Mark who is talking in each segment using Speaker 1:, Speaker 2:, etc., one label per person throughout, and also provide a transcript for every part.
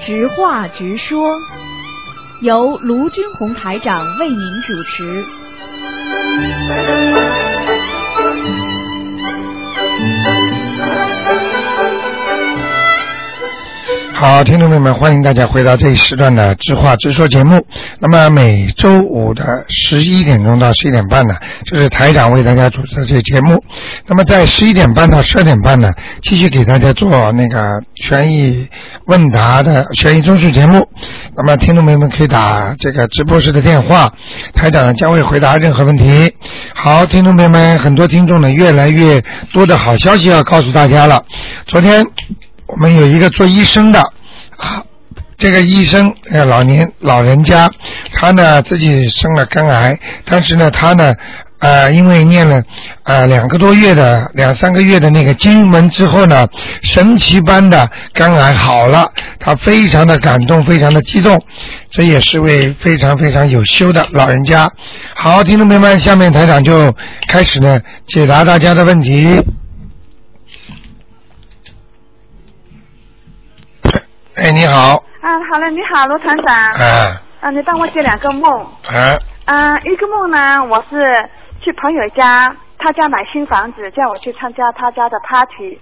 Speaker 1: 直话直说，由卢军红台长为您主持。
Speaker 2: 好，听众朋友们，欢迎大家回到这一时段的《知话直说》节目。那么每周五的十一点钟到十一点半呢，这是台长为大家主持的这节目。那么在十一点半到十二点半呢，继续给大家做那个权益问答的权益综述节目。那么听众朋友们可以打这个直播室的电话，台长呢将会回答任何问题。好，听众朋友们，很多听众呢越来越多的好消息要告诉大家了。昨天我们有一个做医生的啊，这个医生呃老年老人家，他呢自己生了肝癌，但是呢他呢呃因为念了呃两个多月的两三个月的那个经文之后呢，神奇般的肝癌好了，他非常的感动，非常的激动，这也是位非常非常有修的老人家。好，听众朋友们，下面台长就开始呢解答大家的问题。哎，你好，
Speaker 3: 啊，好了，你好，罗团长。
Speaker 2: 哎、
Speaker 3: 啊，你帮我解两个梦。
Speaker 2: 哎，
Speaker 3: 嗯、一个梦呢，我是去朋友家，他家买新房子，叫我去参加他家的 party，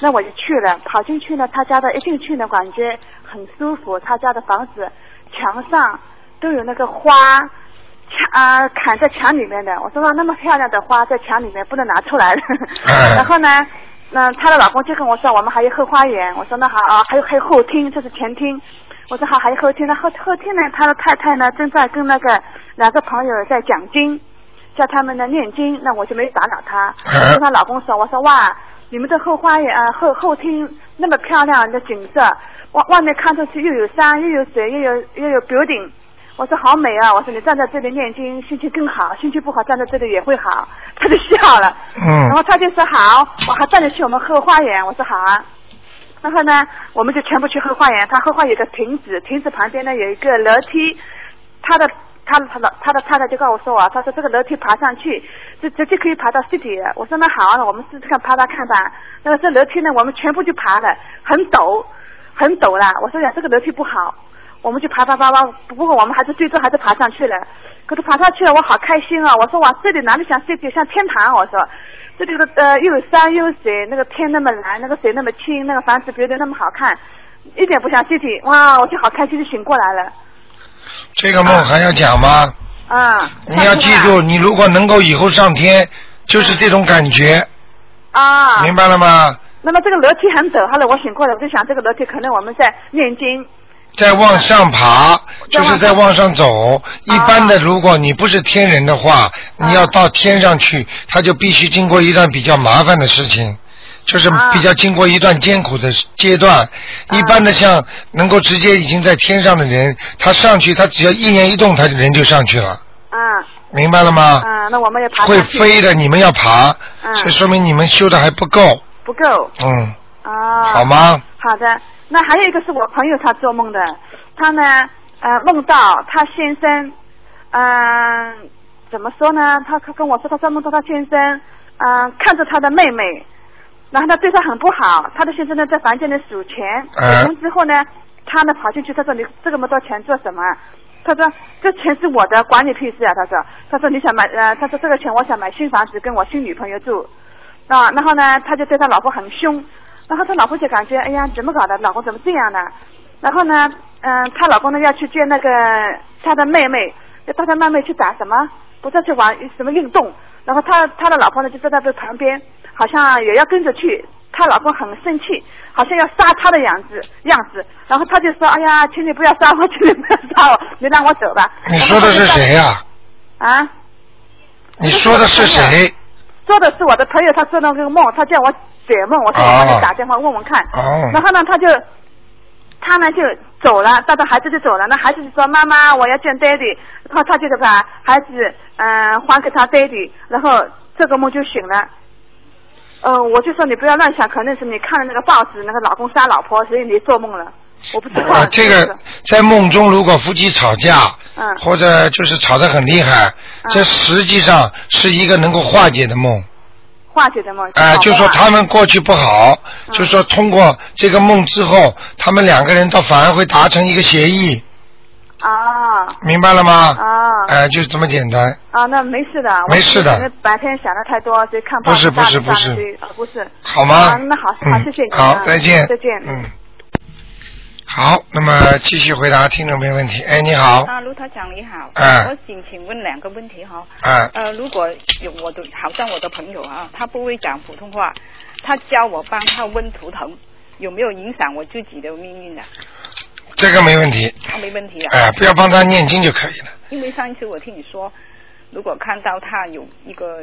Speaker 3: 那我就去了，跑进去呢，他家的一进去呢，感觉很舒服，他家的房子墙上都有那个花。墙啊，砍在墙里面的。我说那么漂亮的花在墙里面不能拿出来了。
Speaker 2: 哎
Speaker 3: 然后呢，那她的老公就跟我说，我们还有后花园。我说那好啊，还有还有后厅，这是前厅。我说好，还有后厅。那后后厅呢，他的太太呢正在跟那个两个朋友在讲经，叫他们呢念经。那我就没打扰她。我跟她老公说，我说哇，你们这后花园啊后后厅那么漂亮的景色，外外面看出去又有山又有水又有又有 building。我说好美啊！我说你站在这里念经，心情更好；心情不好，站在这里也会好。他就笑了。然
Speaker 2: 嗯
Speaker 3: 后他就说好，我还带你去我们后花园。我说好啊。然后呢，我们就全部去后花园。他后花园有个亭子，亭子旁边呢有一个楼梯。他的他的他的他的太太就跟我说啊，他说这个楼梯爬上去，就直接可以爬到 city 了。我说那好啊，我们试试看爬爬看吧。那个这楼梯呢，我们全部就爬了，很陡，很陡啦。我说呀，这个楼梯不好。我们就爬爬爬爬，不过我们还是最终还是爬上去了。可是爬上去了，我好开心啊！我说哇，这里哪里像 city，像天堂！啊我说，这里的呃又有山又有水，那个天那么蓝，那个水那么清，那个房子别的那么好看，一点不像 city。哇，我就好开心的醒过来了。
Speaker 2: 这个梦还要讲吗？
Speaker 3: 嗯，
Speaker 2: 你要记住，你如果能够以后上天，就是这种感觉，
Speaker 3: 啊。
Speaker 2: 明白了吗？
Speaker 3: 那么这个楼梯很陡，后来我醒过来，我就想这个楼梯可能我们在念经。
Speaker 2: 再往上爬，就是再往上走。一般的，
Speaker 3: 啊
Speaker 2: 如果你不是天人的话，你要到天上去，他就必须经过一段比较麻烦的事情，就是
Speaker 3: 啊
Speaker 2: 比较经过一段艰苦的阶段。一般的，像能够直接已经在天上的人，他上去，他只要一年一动，他人就上去了，
Speaker 3: 嗯
Speaker 2: 明白了吗？
Speaker 3: 嗯，那我们也爬上
Speaker 2: 会
Speaker 3: 去
Speaker 2: 飞的，你们要爬，
Speaker 3: 嗯
Speaker 2: 这说明你们修的还不够，
Speaker 3: 不够
Speaker 2: 嗯，
Speaker 3: 啊。
Speaker 2: 好吗？
Speaker 3: 好的，那还有一个是我朋友他做梦的，他呢呃梦到他先生，嗯、怎么说呢？他他跟我说，他做梦到他先生，嗯、看着他的妹妹，然后他对他很不好，他的先生呢在房间里数钱，
Speaker 2: 嗯
Speaker 3: 数完之后呢，他呢跑进去，他说你这个么多钱做什么？他说这钱是我的，管你屁事啊！他说，他说你想买呃，他说这个钱我想买新房子，跟我新女朋友住，啊，然后呢，他就对他老婆很凶，然后他老婆就感觉哎呀怎么搞的，老公怎么这样呢？然后呢，嗯、她老公呢要去见那个她的妹妹，要带她妹妹去打什么，不再去玩什么运动。然后他他的老婆呢就在那个旁边，好像也要跟着去。她老公很生气，好像要杀她的样子样子。然后他就说：“哎呀，请你不要杀我，请你不要杀我，你让我走吧。”
Speaker 2: 你说的是谁呀、
Speaker 3: 然后她就？啊，
Speaker 2: 你说的是谁？
Speaker 3: 做的是我的朋友，他做那个梦，他叫我解梦，我说我帮你打电话问问看。然
Speaker 2: 哦，
Speaker 3: 后呢，他就他呢就走了，带着孩子就走了。那孩子就说：“妈妈，我要见 daddy。”然后他就把孩子嗯、还给他 daddy，然后这个梦就醒了。嗯、我就说你不要乱想，可能是你看了那个报纸，那个老公杀老婆，所以你做梦了。我不知道。
Speaker 2: 啊，这
Speaker 3: 就是
Speaker 2: 个在梦中如果夫妻吵架，
Speaker 3: 嗯
Speaker 2: 或者就是吵得很厉害，这实际上是一个能够化解的梦。
Speaker 3: 化解的梦。
Speaker 2: 哎、
Speaker 3: 好的嗯
Speaker 2: 就说
Speaker 3: 吧
Speaker 2: 他们过去不好，就说通过这个梦之后，他们两个人倒反而会达成一个协议，
Speaker 3: 啊
Speaker 2: 明白了吗？
Speaker 3: 啊
Speaker 2: 哎、就这么简单。
Speaker 3: 啊，那没事的，我
Speaker 2: 没事的
Speaker 3: 可能白天想的太多，所以看报
Speaker 2: 不是
Speaker 3: 纸大
Speaker 2: 不是
Speaker 3: 了大
Speaker 2: 不是
Speaker 3: 了所以啊不是，
Speaker 2: 好吗
Speaker 3: 啊那好，好，
Speaker 2: 嗯
Speaker 3: 谢谢你啊，
Speaker 2: 好，再见。
Speaker 3: 再见，
Speaker 2: 嗯。好，那么继续回答听众朋友问题。哎，你好，
Speaker 4: 啊，卢台长你好。
Speaker 2: 哎
Speaker 4: 我想请问两个问题哈。
Speaker 2: 哎
Speaker 4: 呃，如果有我的，好像我的朋友啊，他不会讲普通话，他教我帮他温图腾，有没有影响我自己的命运呢、啊
Speaker 2: 这个没问题。
Speaker 4: 他没问题啊。
Speaker 2: 哎、不要帮他念经就可以了。
Speaker 4: 因为上一次我听你说，如果看到他有一个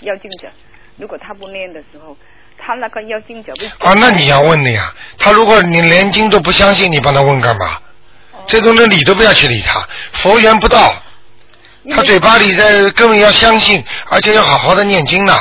Speaker 4: 妖精者，如果他不念的时候，他那个妖精者会。
Speaker 2: 哦，那你要问的呀。他如果你连经都不相信，你帮他问干嘛？
Speaker 3: 哦
Speaker 2: 这种的理都不要去理他，佛缘不到，他嘴巴里在根本要相信，而且要好好的念经呢。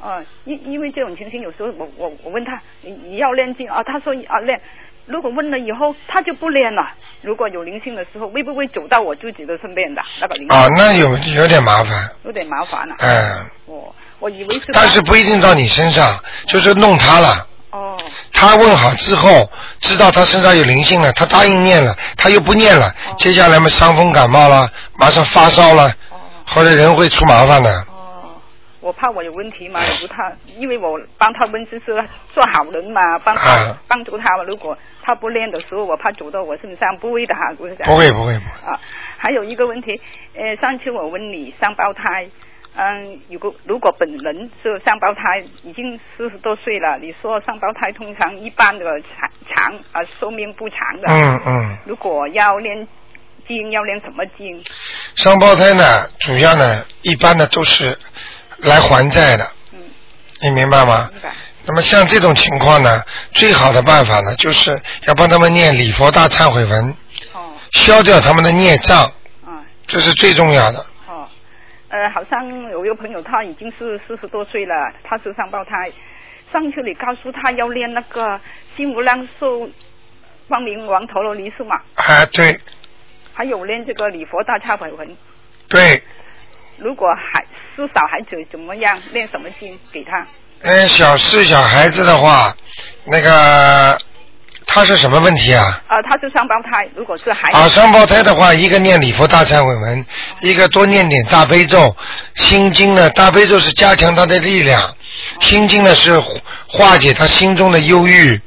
Speaker 4: 哦，因因为这种情形，有时候我我我问他你你要练经啊，他说啊练，如果问了以后他就不练了。如果有灵性的时候，会不会走到我自己的身边的那个灵性？
Speaker 2: 啊，那有有点麻烦，
Speaker 4: 有点麻烦了、
Speaker 2: 嗯、
Speaker 4: 我我以为是他。
Speaker 2: 但是不一定到你身上，就是弄他了。
Speaker 4: 哦
Speaker 2: 他问好之后，知道他身上有灵性了，他答应念了，他又不念了，接下来嘛伤风感冒了，马上发烧了，
Speaker 4: 哦
Speaker 2: 或者人会出麻烦的。
Speaker 4: 哦，我怕我有问题
Speaker 2: 嗯
Speaker 4: 嘛，如他，因为我帮他问就是做好人嘛，帮他、
Speaker 2: 啊
Speaker 4: 帮助他嘛。如果他不练的时候，我怕走到我身上，不会的哈，不会的。
Speaker 2: 不会不会不会，
Speaker 4: 啊，还有一个问题，呃，上次我问你双胞胎，嗯，如果如果本人是双胞胎，已经四十多岁了，你说双胞胎通常一般的长长啊寿命不长的，
Speaker 2: 嗯嗯。
Speaker 4: 如果要练经要练什么经？
Speaker 2: 双胞胎呢，主要呢，一般呢都是来还债的，
Speaker 4: 嗯，
Speaker 2: 你明白吗？
Speaker 4: 明白。
Speaker 2: 那么像这种情况呢，最好的办法呢，就是要帮他们念礼佛大忏悔文，
Speaker 4: 哦，
Speaker 2: 消掉他们的孽障，
Speaker 4: 啊，
Speaker 2: 这是最重要的。
Speaker 4: 哦，呃，好像有一个朋友他已经是四十多岁了，他是双胞胎，上次你告诉他要练那个金无量寿光明王陀罗尼是吗？
Speaker 2: 哎，对
Speaker 4: 还有练这个礼佛大忏悔文。
Speaker 2: 对，
Speaker 4: 如果孩是小孩子怎么样，练什么经给他？
Speaker 2: 嗯，小是小孩子的话，那个他是什么问题啊？
Speaker 4: 呃，他是双胞胎，如果是孩
Speaker 2: 啊，
Speaker 4: 子，
Speaker 2: 双胞胎的话，一个念礼佛大忏悔文，一个多念点大悲咒、心经呢。大悲咒是加强他的力量，心经呢是化解他心中的忧郁。
Speaker 4: 嗯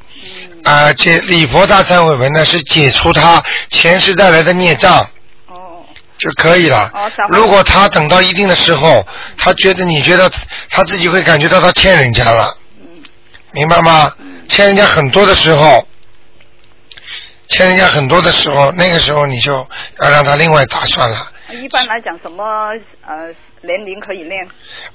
Speaker 2: 啊，解礼佛大忏悔文呢是解除他前世带来的孽障
Speaker 4: 哦，
Speaker 2: 就可以了
Speaker 4: 哦小。孩
Speaker 2: 如果他等到一定的时候，他觉得你觉得他自己会感觉到他欠人家了，
Speaker 4: 嗯
Speaker 2: 明白吗？欠人家很多的时候，欠人家很多的时候，那个时候你就要让他另外打算了。
Speaker 4: 一般来讲什么呃年龄可以练？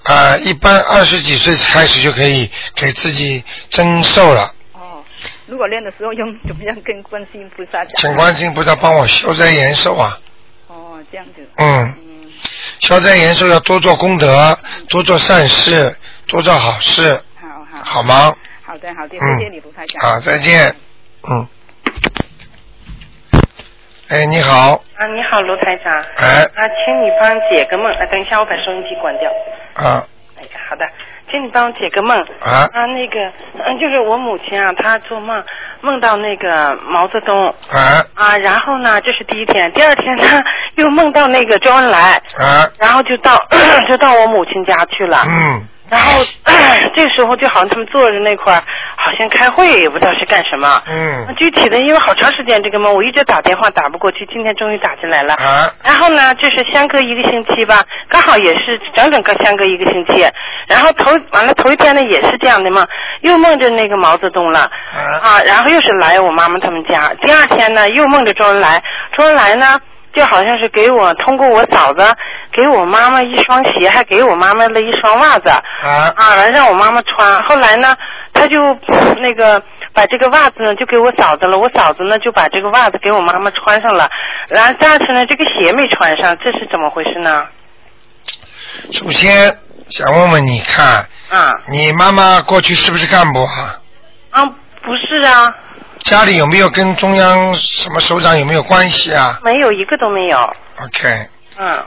Speaker 2: 啊、一般二十几岁开始就可以给自己增寿了，
Speaker 4: 哦，如果练的时候用怎么样跟观世音菩萨讲？
Speaker 2: 请观世音菩萨帮我消灾延寿啊！
Speaker 4: 哦，这样子，
Speaker 2: 嗯，
Speaker 4: 嗯，
Speaker 2: 消灾延寿要多做功德，多做善事，多做好事，
Speaker 4: 好好
Speaker 2: 好吗？
Speaker 4: 好的好的，
Speaker 2: 嗯
Speaker 4: 谢谢你卢台长。
Speaker 2: 好，再见。嗯。哎，你好，
Speaker 5: 啊，你好，卢台长。
Speaker 2: 哎
Speaker 5: 啊，请你帮解个梦。啊，等一下，我把收音机关掉。
Speaker 2: 啊
Speaker 5: 哎，好的，请你帮我解个梦。
Speaker 2: 啊
Speaker 5: 啊，那个，嗯，就是我母亲啊，她做梦梦到那个毛泽东
Speaker 2: 啊
Speaker 5: 啊，然后呢，这是第一天，第二天呢 又梦到那个周恩来，
Speaker 2: 啊，
Speaker 5: 然后就到 就到我母亲家去了。
Speaker 2: 嗯。
Speaker 5: 然后这时候就好像他们坐着那块儿，好像开会，也不知道是干什么。
Speaker 2: 嗯
Speaker 5: 具体的，因为好长时间这个梦，我一直打电话打不过去，今天终于打进来了。
Speaker 2: 啊
Speaker 5: 然后呢，就是相隔一个星期吧，刚好也是整整个相隔一个星期。然后头完了头一天呢也是这样的梦，又梦着那个毛泽东了
Speaker 2: 啊
Speaker 5: 啊，然后又是来我妈妈他们家。第二天呢又梦着周恩来，周恩来呢就好像是给我通过我嫂子给我妈妈一双鞋，还给我妈妈了一双袜子。
Speaker 2: 啊
Speaker 5: 啊，完让我妈妈穿。后来呢，她就那个把这个袜子呢就给我嫂子了，我嫂子呢就把这个袜子给我妈妈穿上了。然后但是呢，这个鞋没穿上，这是怎么回事呢？
Speaker 2: 首先想问问你看，
Speaker 5: 啊
Speaker 2: 你妈妈过去是不是干部啊？
Speaker 5: 啊，不是啊，
Speaker 2: 家里有没有跟中央什么首长有没有关系啊？
Speaker 5: 没有一个都没有。
Speaker 2: OK，
Speaker 5: 嗯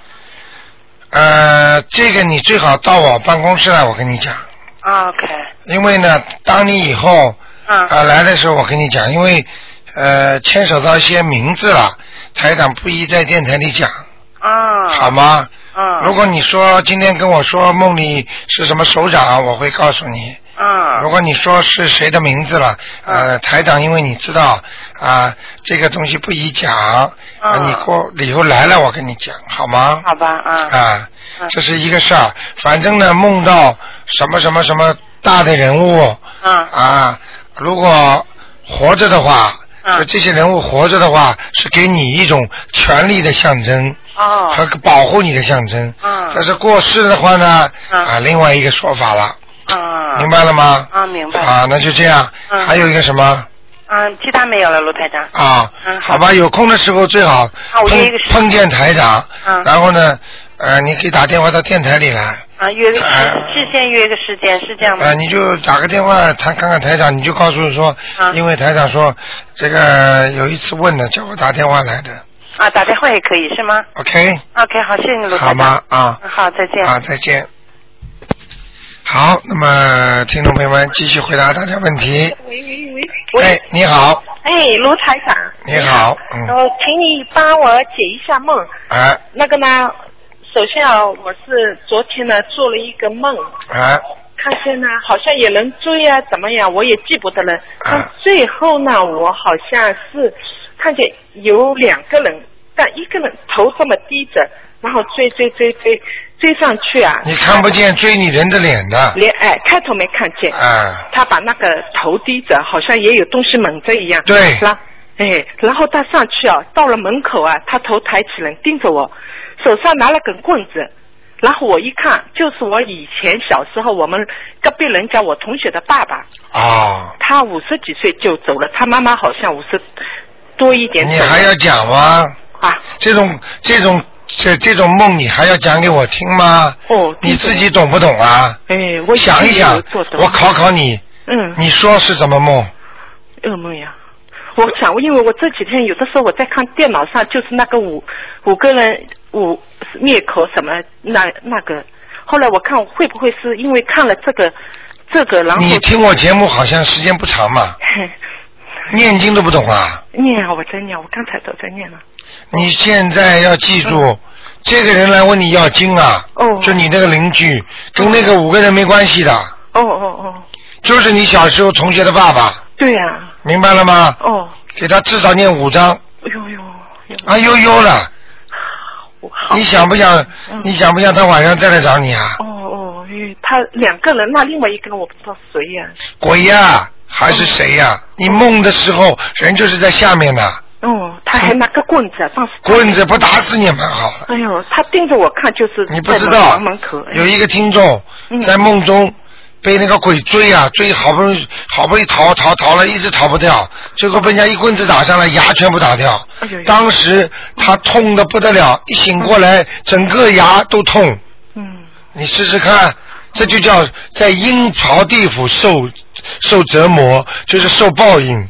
Speaker 2: 呃，这个你最好到我办公室来，我跟你讲，
Speaker 5: 啊，OK，
Speaker 2: 因为呢，当你以后
Speaker 5: 嗯
Speaker 2: 啊、来的时候，我跟你讲，因为呃牵扯到一些名字了，台长不宜在电台里讲，
Speaker 5: 啊，
Speaker 2: 好吗？
Speaker 5: 嗯，
Speaker 2: 如果你说今天跟我说梦里是什么首长，我会告诉你。
Speaker 5: 嗯
Speaker 2: 如果你说是谁的名字了，呃，台长，因为你知道啊、这个东西不宜讲，啊、
Speaker 5: 嗯
Speaker 2: 你过以后来了，我跟你讲，好吗？
Speaker 5: 好吧，嗯
Speaker 2: 啊
Speaker 5: 嗯，
Speaker 2: 这是一个事儿。反正呢，梦到什么什么什么大的人物
Speaker 5: 嗯
Speaker 2: 啊，如果活着的话，
Speaker 5: 嗯
Speaker 2: 就这些人物活着的话，是给你一种权力的象征
Speaker 5: 哦
Speaker 2: 和保护你的象征。
Speaker 5: 嗯
Speaker 2: 但是过世的话呢，
Speaker 5: 嗯
Speaker 2: 啊，另外一个说法了，
Speaker 5: 嗯，
Speaker 2: 明白了吗？
Speaker 5: 啊，明白
Speaker 2: 啊，那就这样。
Speaker 5: 嗯
Speaker 2: 还有一个什么
Speaker 5: 嗯，其他没有了，卢台长。
Speaker 2: 啊
Speaker 5: 嗯？好啊
Speaker 2: 好吧，有空的时候最好
Speaker 5: 我约
Speaker 2: 碰
Speaker 5: 一个时间
Speaker 2: 碰见台长，
Speaker 5: 嗯
Speaker 2: 然后呢，呃，你可以打电话到电台里来。
Speaker 5: 啊，约个
Speaker 2: 哎
Speaker 5: 事先约个时间是这样吗
Speaker 2: 呃，？你就打个电话谈看看台长，你就告诉说，
Speaker 5: 啊
Speaker 2: 因为台长说这个有一次问的，叫我打电话来的
Speaker 5: 啊，打电话也可以是吗
Speaker 2: ，OK，
Speaker 5: ？OK，好，谢谢你，卢台长。
Speaker 2: 好吗？啊
Speaker 5: 嗯？好，再见。
Speaker 2: 啊，再见。好，那么听众朋友们继续回答大家问题。
Speaker 6: 喂喂喂，
Speaker 2: 哎，你好，
Speaker 6: 哎，卢台长，
Speaker 2: 你好，嗯，
Speaker 6: 我请你帮我解一下梦。
Speaker 2: 哎
Speaker 6: 那个呢，首先啊，我是昨天呢做了一个梦，
Speaker 2: 哎
Speaker 6: 看见呢好像有人追啊，怎么样，我也记不得
Speaker 2: 啊
Speaker 6: 了。但最后呢，我好像是看见有两个人，但一个人头这么低着，然后追追追追追上去啊，
Speaker 2: 你看不见追你人的脸的，
Speaker 6: 连哎开头没看见，
Speaker 2: 啊，
Speaker 6: 他把那个头低着，好像也有东西蒙着一样。
Speaker 2: 对
Speaker 6: 然哎，然后他上去啊，到了门口啊，他头抬起来盯着我，手上拿了根棍子。然后我一看，就是我以前小时候我们隔壁人家我同学的爸爸，
Speaker 2: 哦，
Speaker 6: 他五十几岁就走了，他妈妈好像五十多一点走
Speaker 2: 你
Speaker 6: 了。
Speaker 2: 还要讲吗？
Speaker 6: 啊？
Speaker 2: 这种这种这这种梦你还要讲给我听吗？
Speaker 6: 哦，
Speaker 2: 你自己
Speaker 6: 对
Speaker 2: 懂不懂啊？
Speaker 6: 哎，我以前
Speaker 2: 想一
Speaker 6: 也有
Speaker 2: 想
Speaker 6: 做，的
Speaker 2: 我考考你，
Speaker 6: 嗯，
Speaker 2: 你说是什么梦？
Speaker 6: 噩梦呀！我想，因为我这几天有的时候我在看电脑上，就是那个五五个人五灭口什么那那个，后来我看会不会是因为看了这个这个，然后
Speaker 2: 你听我节目好像时间不长嘛，
Speaker 6: 嗯
Speaker 2: 念经都不懂啊！
Speaker 6: 念啊，我在念，我刚才都在念啊了。
Speaker 2: 你现在要记住，这个人来问你要经啊，
Speaker 6: 嗯哦
Speaker 2: 就你那个邻居，跟那个五个人没关系的，
Speaker 6: 哦哦哦，
Speaker 2: 就是你小时候同学的爸爸，
Speaker 6: 对呀、
Speaker 2: 明白了吗？
Speaker 6: 哦，
Speaker 2: 给他至少念五章，
Speaker 6: 哎呦呦，呦
Speaker 2: 啊呦呦了，
Speaker 6: 我好
Speaker 2: 你想不想
Speaker 6: 嗯？
Speaker 2: 你想不想他晚上再来找你啊？
Speaker 6: 哦哦，哎他两个人，那另外一个人我不知道谁呀、
Speaker 2: 鬼呀、还是谁呀、你梦的时候，人就是在下面呢、
Speaker 6: 哦，他
Speaker 2: 嗯
Speaker 6: 还拿个棍子啊，当时他
Speaker 2: 棍子不打死你也蛮好了。
Speaker 6: 哎呦，他盯着我看，就是
Speaker 2: 你不
Speaker 6: 在
Speaker 2: 知
Speaker 6: 门
Speaker 2: 道
Speaker 6: 房门口，哎
Speaker 2: 有一个听众
Speaker 6: 嗯
Speaker 2: 在梦中被那个鬼追啊，追好不容易好不容易逃逃逃了，一直逃不掉，最后被人家一棍子打上来，牙全部打掉
Speaker 6: 哎呦。呦
Speaker 2: 当时他痛的不得了，一醒过来整个牙都痛。
Speaker 6: 嗯，
Speaker 2: 你试试看，这就叫在阴曹地府受受折磨，就是受报应。
Speaker 6: 嗯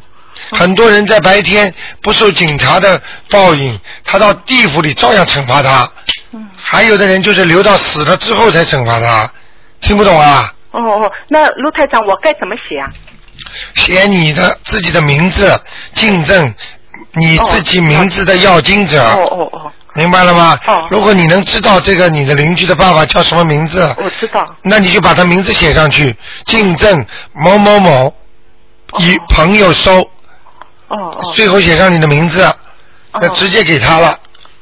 Speaker 2: 很多人在白天不受警察的报应，他到地府里照样惩罚他。
Speaker 6: 嗯
Speaker 2: 还有的人就是留到死了之后才惩罚他，听不懂啊？
Speaker 6: 哦哦，那卢台长，我该怎么写啊？
Speaker 2: 写你的自己的名字，竞争你自己名字的要经者。
Speaker 6: 哦哦哦，
Speaker 2: 明白了吗？
Speaker 6: 哦
Speaker 2: 如果你能知道这个你的邻居的爸爸叫什么名字，
Speaker 6: 我知道。
Speaker 2: 那你就把他名字写上去，竞争某某某，以朋友收，
Speaker 6: 哦哦，
Speaker 2: 最后写上你的名字，那
Speaker 6: 哦
Speaker 2: 直接给他了。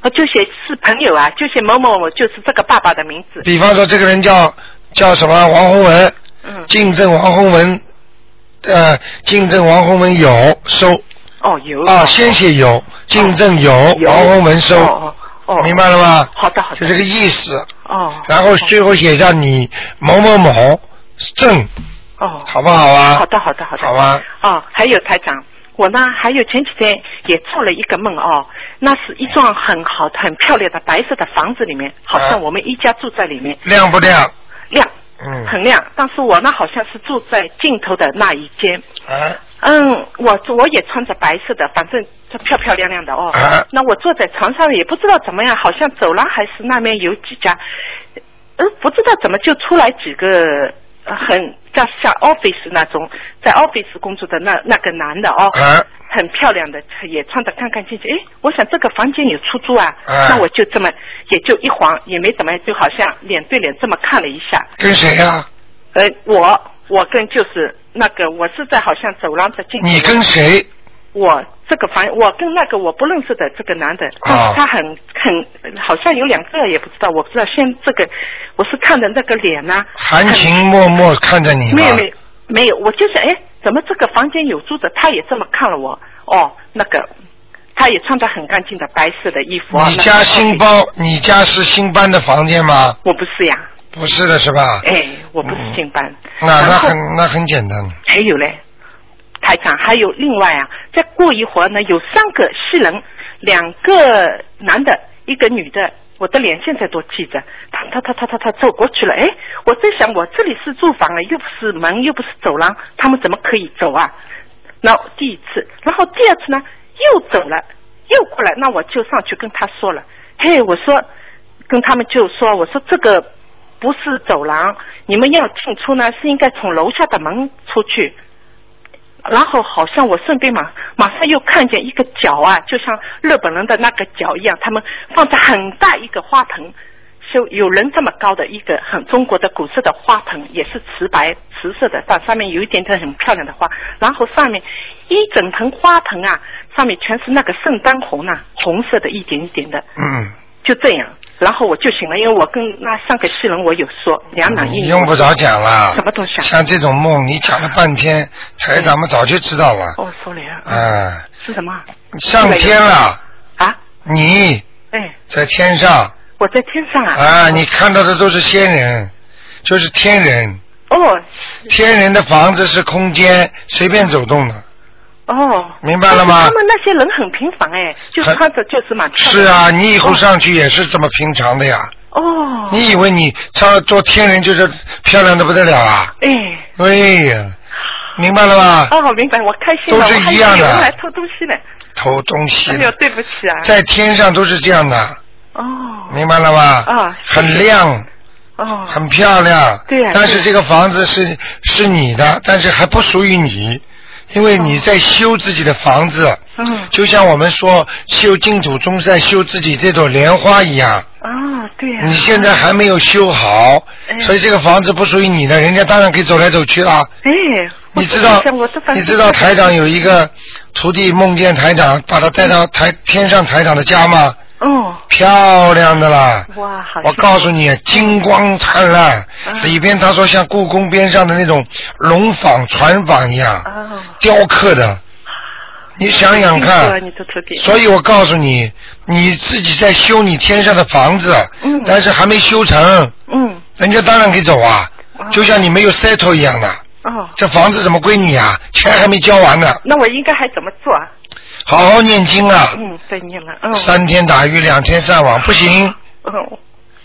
Speaker 6: 我就写是朋友啊，就写某某某，就是这个爸爸的名字。
Speaker 2: 比方说这个人叫叫什么啊王洪文，
Speaker 6: 嗯，
Speaker 2: 竞争王洪文，呃，竞争王洪文有收
Speaker 6: 哦有。
Speaker 2: 啊，先写有，竞争有
Speaker 6: 有
Speaker 2: 王洪文收，
Speaker 6: 哦哦哦，
Speaker 2: 明白了吗？
Speaker 6: 好的好的
Speaker 2: 就这个意思。
Speaker 6: 哦。
Speaker 2: 然后最后写上你某某某正，
Speaker 6: 哦。
Speaker 2: 好不好啊？
Speaker 6: 好的好的好的。
Speaker 2: 好吧。
Speaker 6: 哦，还有台长，我呢还有前几天也做了一个梦哦，那是一幢很好的、很漂亮的白色的房子里面，好
Speaker 2: 啊
Speaker 6: 像我们一家住在里面，
Speaker 2: 亮不亮？
Speaker 6: 亮
Speaker 2: 嗯，
Speaker 6: 很亮，但是我呢好像是住在尽头的那一间。
Speaker 2: 啊，
Speaker 6: 嗯，我我也穿着白色的，反正就漂漂亮亮的哦。
Speaker 2: 啊
Speaker 6: 那我坐在床上也不知道怎么样，好像走廊还是那边有几家，嗯，不知道怎么就出来几个呃很像像 office 那种在 office 工作的那那个男的哦，
Speaker 2: 啊
Speaker 6: 很漂亮的，也穿得干干净净。哎，我想这个房间有出租啊，
Speaker 2: 啊
Speaker 6: 那我就这么也就一晃，也没怎么，就好像脸对脸这么看了一下。
Speaker 2: 跟谁呀、
Speaker 6: 呃，我我跟就是那个，我是在好像走廊在进去。
Speaker 2: 你跟谁？
Speaker 6: 我这个房，我跟那个我不认识的这个男的，但
Speaker 2: 啊
Speaker 6: 是他很很好像有两个也不知道，我不知道。先这个我是看的那个脸呐、
Speaker 2: 含
Speaker 6: 很
Speaker 2: 情脉脉看着你吗？
Speaker 6: 没有没有没有，我就想哎，怎么这个房间有住的？他也这么看了我哦，那个他也穿的很干净的白色的衣服啊。
Speaker 2: 你
Speaker 6: 那
Speaker 2: 家
Speaker 6: 个
Speaker 2: 新包，你家是新搬的房间吗？
Speaker 6: 我不是呀，
Speaker 2: 不是的是吧？
Speaker 6: 哎，我不是新班。
Speaker 2: 嗯那那
Speaker 6: 然后
Speaker 2: 很那很简单，嗯
Speaker 6: 还有嘞，台长，还有另外啊，再过一会儿呢，有三个西人，两个男的，一个女的。我的脸现在都记着，他他他他他他走过去了，哎，我在想，我这里是住房啊了，又不是门，又不是走廊，他们怎么可以走啊？那第一次，然后第二次呢，又走了，又过来，那我就上去跟他说了，嘿，我说，跟他们就说，我说这个不是走廊，你们要进出呢是应该从楼下的门出去。然后好像我顺便马马上又看见一个脚啊，就像日本人的那个脚一样，他们放着很大一个花盆，就有人这么高的一个很中国的古色的花盆，也是瓷白瓷色的，但上面有一点点很漂亮的花，然后上面一整盆花盆啊，上面全是那个圣诞红呐、红色的一点一点的，
Speaker 2: 嗯，
Speaker 6: 就这样，然后我就醒了，因为我跟那上个西人我有说两两一
Speaker 2: 嗯你用不着讲了
Speaker 6: 什。么东西啊？
Speaker 2: 像这种梦，你讲了半天，台长们早就知道了。
Speaker 6: 哦，sorry 啊，
Speaker 2: 啊，
Speaker 6: 是什么啊
Speaker 2: 上天了，
Speaker 6: 啊？
Speaker 2: 你
Speaker 6: 哎，
Speaker 2: 在天上
Speaker 6: 我在天上啊。
Speaker 2: 啊，你看到的都是仙人，就是天人。
Speaker 6: 哦
Speaker 2: 天人的房子是空间随便走动的，
Speaker 6: 哦，
Speaker 2: 明白了吗
Speaker 6: 但是他们那些人很平凡哎，就
Speaker 2: 很
Speaker 6: 穿着就是蛮漂
Speaker 2: 是
Speaker 6: 亮的。
Speaker 2: 啊，你以后上去也是这么平常的呀。
Speaker 6: 哦，
Speaker 2: 你以为你上做天人就是漂亮的不得了啊？
Speaker 6: 哎，
Speaker 2: 哎呀，明白了吧？
Speaker 6: 哦，明白，我开心了，
Speaker 2: 都是
Speaker 6: 我还
Speaker 2: 一样的
Speaker 6: 以为有人来偷东西呢。
Speaker 2: 偷东西
Speaker 6: 哎
Speaker 2: 了
Speaker 6: 呦，对不起啊。
Speaker 2: 在天上都是这样的，
Speaker 6: 哦
Speaker 2: 明白了吧？
Speaker 6: 啊是
Speaker 2: 很亮，
Speaker 6: 哦
Speaker 2: 很漂亮。
Speaker 6: 对啊呀
Speaker 2: 但是
Speaker 6: 对
Speaker 2: 这个房子是是你的，但是还不属于你，因为你在修自己的房子，
Speaker 6: 嗯
Speaker 2: 就像我们说修净土宗是在修自己这朵莲花一样。
Speaker 6: 啊，对呀。
Speaker 2: 你现在还没有修好，
Speaker 6: 哎
Speaker 2: 所以这个房子不属于你的，人家当然可以走来走去了。
Speaker 6: 哎，我
Speaker 2: 你知道
Speaker 6: 在想我这，反
Speaker 2: 你
Speaker 6: 正
Speaker 2: 知道台长有一个徒弟梦见台长，把他带到
Speaker 6: 嗯
Speaker 2: 台天上台长的家吗？
Speaker 6: 哦，
Speaker 2: 漂亮的啦！
Speaker 6: 哇，好。
Speaker 2: 我告诉你，金光灿烂，
Speaker 6: 啊
Speaker 2: 里边他说像故宫边上的那种龙舫、船舫一样
Speaker 6: 哦，
Speaker 2: 雕刻的。你想想
Speaker 6: 辛苦了
Speaker 2: 看
Speaker 6: 你，这徒弟。
Speaker 2: 所以我告诉你，你自己在修你天上的房子，
Speaker 6: 嗯
Speaker 2: 但是还没修成，
Speaker 6: 嗯，
Speaker 2: 人家当然可以走啊，就像你没有 settle 一样的，
Speaker 6: 哦，
Speaker 2: 这房子怎么归你啊？钱还没交完呢，
Speaker 6: 那我应该还怎么做啊？
Speaker 2: 好好念经啊，
Speaker 6: 嗯，对你了，嗯，
Speaker 2: 三天打鱼两天晒网，不行，
Speaker 6: 嗯，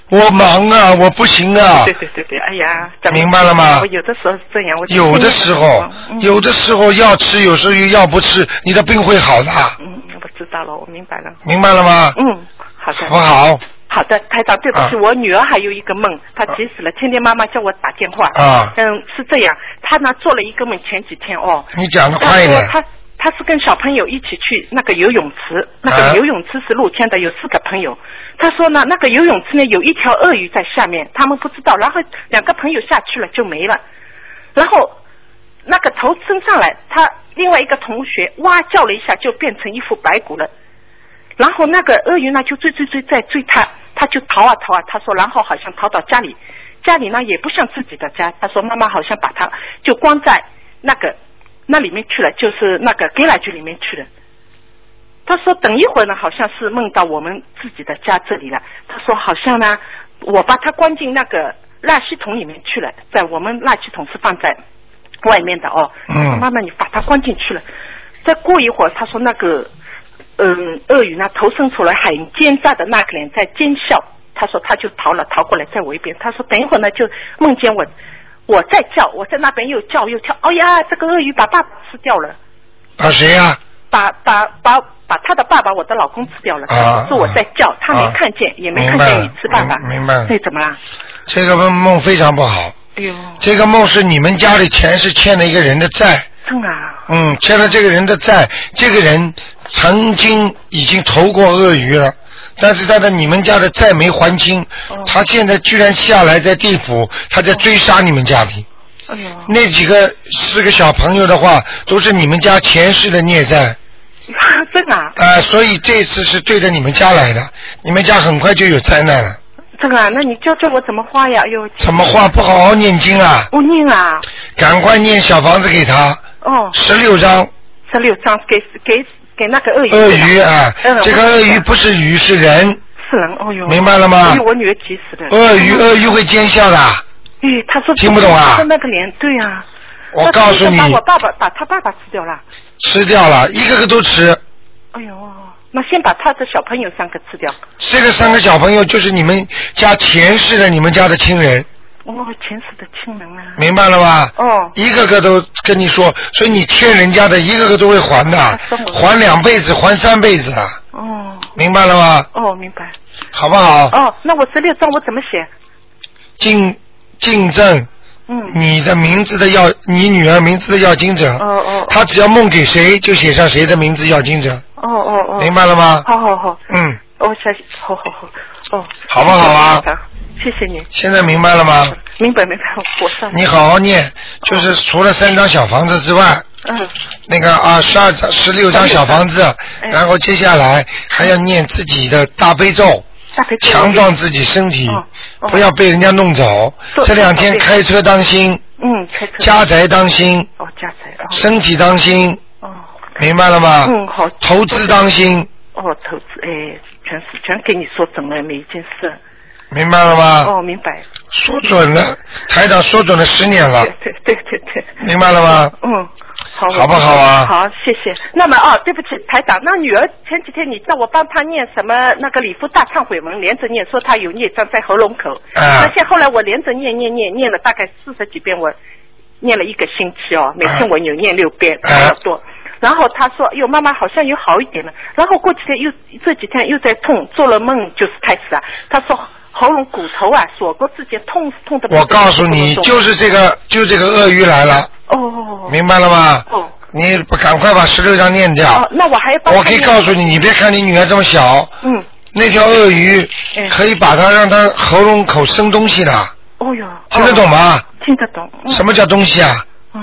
Speaker 2: 我忙啊，我不行啊
Speaker 6: 对，对对对，哎呀，咱们
Speaker 2: 明白了吗
Speaker 6: 我有的时候是这样，我就
Speaker 2: 有的时候
Speaker 6: 嗯，
Speaker 2: 有的时候要吃，有时候又要不吃，你的病会好的，
Speaker 6: 嗯，我知道了，我明白了，
Speaker 2: 明白了吗？
Speaker 6: 嗯，好的，
Speaker 2: 好不好？
Speaker 6: 好的，台长，对不起，
Speaker 2: 啊
Speaker 6: 我女儿还有一个梦，她急死了，天天妈妈叫我打电话。
Speaker 2: 啊
Speaker 6: 嗯，是这样，她呢做了一个梦，前几天哦。
Speaker 2: 你讲的快一点
Speaker 6: 她说她她是跟小朋友一起去那个游泳池，那
Speaker 2: 啊
Speaker 6: 个游泳池是露天的，有四个朋友。她说呢，那个游泳池呢有一条鳄鱼在下面，他们不知道，然后两个朋友下去了就没了，然后。那个头伸上来，她另外一个同学哇叫了一下，就变成一副白骨了。然后那个鳄鱼呢就追追追在追他，他就逃啊逃啊，他说然后好像逃到家里，家里呢也不像自己的家，他说妈妈好像把他就关在那个那里面去了，就是那个 gala 局里面去了。他说等一会儿呢，好像是梦到我们自己的家这里了。他说好像呢，我把他关进那个垃圾桶里面去了，在我们垃圾桶是放在外面的哦。
Speaker 2: 嗯
Speaker 6: 他说妈妈，你把他关进去了。再过一会儿，他说那个嗯鳄鱼呢头伸出来，很奸诈的那个脸在奸笑。他说他就逃了，逃过来在我一边。他说等一会儿呢，就梦见我我在叫，我在那边又叫又叫，哎呀，这个鳄鱼把爸爸吃掉了。
Speaker 2: 把啊谁呀、
Speaker 6: 把把把把他的爸爸，我的老公吃掉了。
Speaker 2: 啊
Speaker 6: 是我在叫，他
Speaker 2: 啊
Speaker 6: 没看见，也没看
Speaker 2: 明白
Speaker 6: 见
Speaker 2: 了
Speaker 6: 你吃爸爸。
Speaker 2: 明明白了
Speaker 6: 这怎么啦？
Speaker 2: 这个梦非常不好，
Speaker 6: 哎呦，
Speaker 2: 这个梦是你们家里前世欠了一个人的债，
Speaker 6: 真啊！
Speaker 2: 嗯，欠了这个人的债，这个人曾经已经投过鳄鱼了，但是他的你们家的债没还清，
Speaker 6: 哦
Speaker 2: 他现在居然下来在地府，他在追杀你们家里。
Speaker 6: 哎呦，
Speaker 2: 那几个四个小朋友的话，都是你们家前世的孽债，
Speaker 6: 真啊！
Speaker 2: 啊、所以这次是对着你们家来的，你们家很快就有灾难了。
Speaker 6: 真啊！那你教教我怎么画呀？哎呦，
Speaker 2: 怎么话不好好念经啊？
Speaker 6: 我念啊！
Speaker 2: 赶快念小房子给他，
Speaker 6: 哦，
Speaker 2: 十六张
Speaker 6: 十六张给给给那个鳄鱼。
Speaker 2: 鳄鱼啊
Speaker 6: 嗯，
Speaker 2: 这个鳄鱼不是鱼是人，
Speaker 6: 是人，哎呦，
Speaker 2: 明白了吗
Speaker 6: 被我女儿急死 的。
Speaker 2: 鳄鱼鳄鱼会奸笑的。
Speaker 6: 哎，他说
Speaker 2: 听不懂啊
Speaker 6: 他那个脸，对啊。
Speaker 2: 我告诉你
Speaker 6: 那他，把我爸爸把他爸爸吃掉了。
Speaker 2: 吃掉了一个个都吃。
Speaker 6: 哎呦，那先把他的小朋友三个吃掉。
Speaker 2: 这个三个小朋友就是你们家前世的你们家的亲人，
Speaker 6: 我前世哦的亲人啊。
Speaker 2: 明白了吧？
Speaker 6: 哦，
Speaker 2: 一个个都跟你说，所以你欠人家的一个个都会还的，还两辈子，还三辈子，啊，
Speaker 6: 哦，
Speaker 2: 明白了吗？
Speaker 6: 哦，明白。
Speaker 2: 好不好？
Speaker 6: 哦，那我十六张我怎么写？
Speaker 2: 进进正
Speaker 6: 嗯，
Speaker 2: 你的名字的要，你女儿名字的要经者，
Speaker 6: 哦哦，
Speaker 2: 她只要梦给谁就写上谁的名字要经者，
Speaker 6: 哦哦哦，
Speaker 2: 明白了吗？
Speaker 6: 好好好，
Speaker 2: 嗯，
Speaker 6: 我相信，好好好，哦，
Speaker 2: 好不好啊？
Speaker 6: 谢谢你，
Speaker 2: 现在明白了吗？
Speaker 6: 明白明白，我上。
Speaker 2: 你好好念，就是
Speaker 6: 哦
Speaker 2: 除了三张小房子之外，
Speaker 6: 嗯，
Speaker 2: 那个啊，十二张、十六张小房子，
Speaker 6: 哎
Speaker 2: 然后接下来还要念自己的大悲咒，
Speaker 6: 大肥猪
Speaker 2: 强壮自己身体
Speaker 6: 哦，哦
Speaker 2: 不要被人家弄走。
Speaker 6: 对
Speaker 2: 这两天
Speaker 6: 对
Speaker 2: 开车当心，
Speaker 6: 嗯，开车
Speaker 2: 家宅当心，
Speaker 6: 哦家宅哦
Speaker 2: 身体当心，
Speaker 6: 哦，
Speaker 2: 明白了吗？
Speaker 6: 嗯好
Speaker 2: 投资当心，
Speaker 6: 哦投资哎，全是全给你说准了每一件事，
Speaker 2: 明白了吗？
Speaker 6: 哦明白，
Speaker 2: 说准了，台长说准了十年了
Speaker 6: 对，对对对对。
Speaker 2: 明白了吗？
Speaker 6: 嗯，好，
Speaker 2: 好不好啊
Speaker 6: 好，谢谢。那么啊，对不起，台长，那女儿前几天你叫我帮她念什么那个礼佛大忏悔文，连着念，说她有孽障在喉咙口。
Speaker 2: 啊
Speaker 6: 那现后来我连着念念念念了大概四十几遍，我念了一个星期哦，每天我有念六遍，
Speaker 2: 啊
Speaker 6: 差不多。然后她说：“哟，妈妈好像有好一点了。”然后过几天又这几天又在痛，做了梦就是开始啊。她说喉咙骨头啊，锁骨之间痛痛的。
Speaker 2: 我告诉你，就是这个，就这个鳄鱼来了，
Speaker 6: 哦
Speaker 2: 明白了吗？
Speaker 6: 哦
Speaker 2: 你不赶快把十六张念掉。
Speaker 6: 哦，那我还要帮
Speaker 2: 我
Speaker 6: 她
Speaker 2: 可以
Speaker 6: 念
Speaker 2: 告诉你，你别看你女儿这么小，
Speaker 6: 嗯，
Speaker 2: 那条鳄鱼
Speaker 6: 嗯
Speaker 2: 可以把它让它喉咙口生东西的，
Speaker 6: 哦哟，
Speaker 2: 听得懂
Speaker 6: 哦？
Speaker 2: 吗？
Speaker 6: 听得懂。嗯
Speaker 2: 什？么叫东西啊？
Speaker 6: 嗯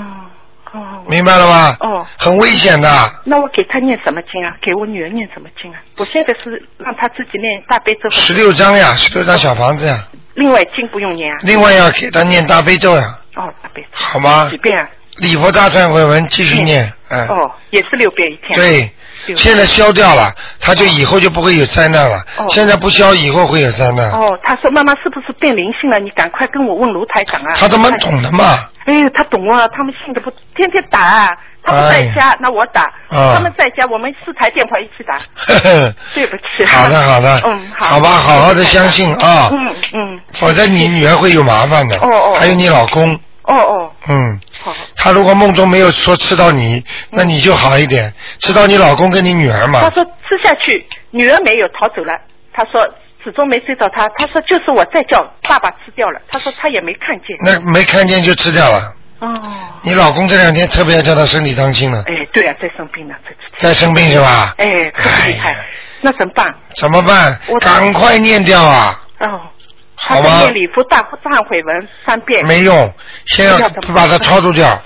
Speaker 6: 哦，
Speaker 2: 明白了吗？
Speaker 6: 哦
Speaker 2: 很危险的，
Speaker 6: 那我给他念什么经啊？给我女儿念什么经啊？我现在是让她自己念大悲咒，
Speaker 2: 十六张呀，十六张小房子呀，
Speaker 6: 另外经不用念啊。
Speaker 2: 另外要给她念大悲咒呀，
Speaker 6: 哦，大悲咒
Speaker 2: 好吗
Speaker 6: 几？遍啊？
Speaker 2: 礼佛大忏悔文继续念，哎，
Speaker 6: 哦，也是六遍一天。
Speaker 2: 对。
Speaker 6: 六遍。
Speaker 2: 现在消掉了，他就以后就不会有灾难了。
Speaker 6: 哦
Speaker 2: 现在不消，以后会有灾难。
Speaker 6: 哦，他说妈妈是不是变灵性了？你赶快跟我问卢台长啊。
Speaker 2: 他他妈懂的嘛，
Speaker 6: 哎，他懂啊，他们信的不，天天打啊。他不在家，那我打。
Speaker 2: 啊
Speaker 6: 他们在家，我们四台电话一起打。
Speaker 2: 呵呵。
Speaker 6: 对不 起。
Speaker 2: 好 的，好的，
Speaker 6: 嗯，好。
Speaker 2: 吧，好好的相信啊，
Speaker 6: 嗯嗯，
Speaker 2: 否则你女儿会有麻烦的，
Speaker 6: 哦哦
Speaker 2: 还有你老公，
Speaker 6: 哦哦，
Speaker 2: 嗯，
Speaker 6: 好。嗯
Speaker 2: 他如果梦中没有说吃到你，那你就好一点，吃到你老公跟你女儿
Speaker 6: 他
Speaker 2: 嘛，
Speaker 6: 说吃下去，女儿没有逃走了。他说始终没追到他。他说就是我在叫爸爸吃掉了。他说他也没看见。
Speaker 2: 那没看见就吃掉了。
Speaker 6: 哦，
Speaker 2: 你老公这两天特别要叫他身体当心了，
Speaker 6: 哎，对啊，在生病了，这几天。
Speaker 2: 在生病是吧？
Speaker 6: 哎，特别厉害
Speaker 2: 哎呀，
Speaker 6: 那怎么办？
Speaker 2: 怎么办
Speaker 6: 我？
Speaker 2: 赶快念掉啊，
Speaker 6: 哦，他
Speaker 2: 好
Speaker 6: 在
Speaker 2: 吗
Speaker 6: 念？礼佛大忏悔文三遍。
Speaker 2: 没用，先要
Speaker 6: 要怎么
Speaker 2: 把它超度掉，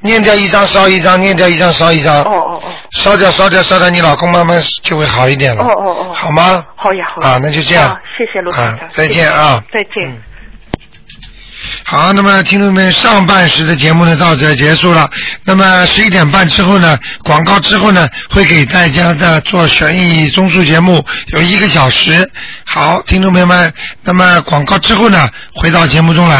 Speaker 2: 念掉一张烧一张，念掉一张烧一张。
Speaker 6: 哦哦哦，
Speaker 2: 烧掉烧掉烧掉，你老公慢慢就会好一点了。
Speaker 6: 哦哦哦
Speaker 2: 好吗？
Speaker 6: 好呀好呀。
Speaker 2: 啊，那就这样
Speaker 6: 啊。谢谢罗先
Speaker 2: 啊
Speaker 6: 生。
Speaker 2: 再
Speaker 6: 谢谢
Speaker 2: 见啊。
Speaker 6: 再见
Speaker 2: 嗯。好，那么听众朋友们，上半时的节目呢到这结束了。那么十一点半之后呢，广告之后呢，会给大家的做悬疑综述节目，有一个小时。好，听众朋友们，那么广告之后呢，回到节目中来。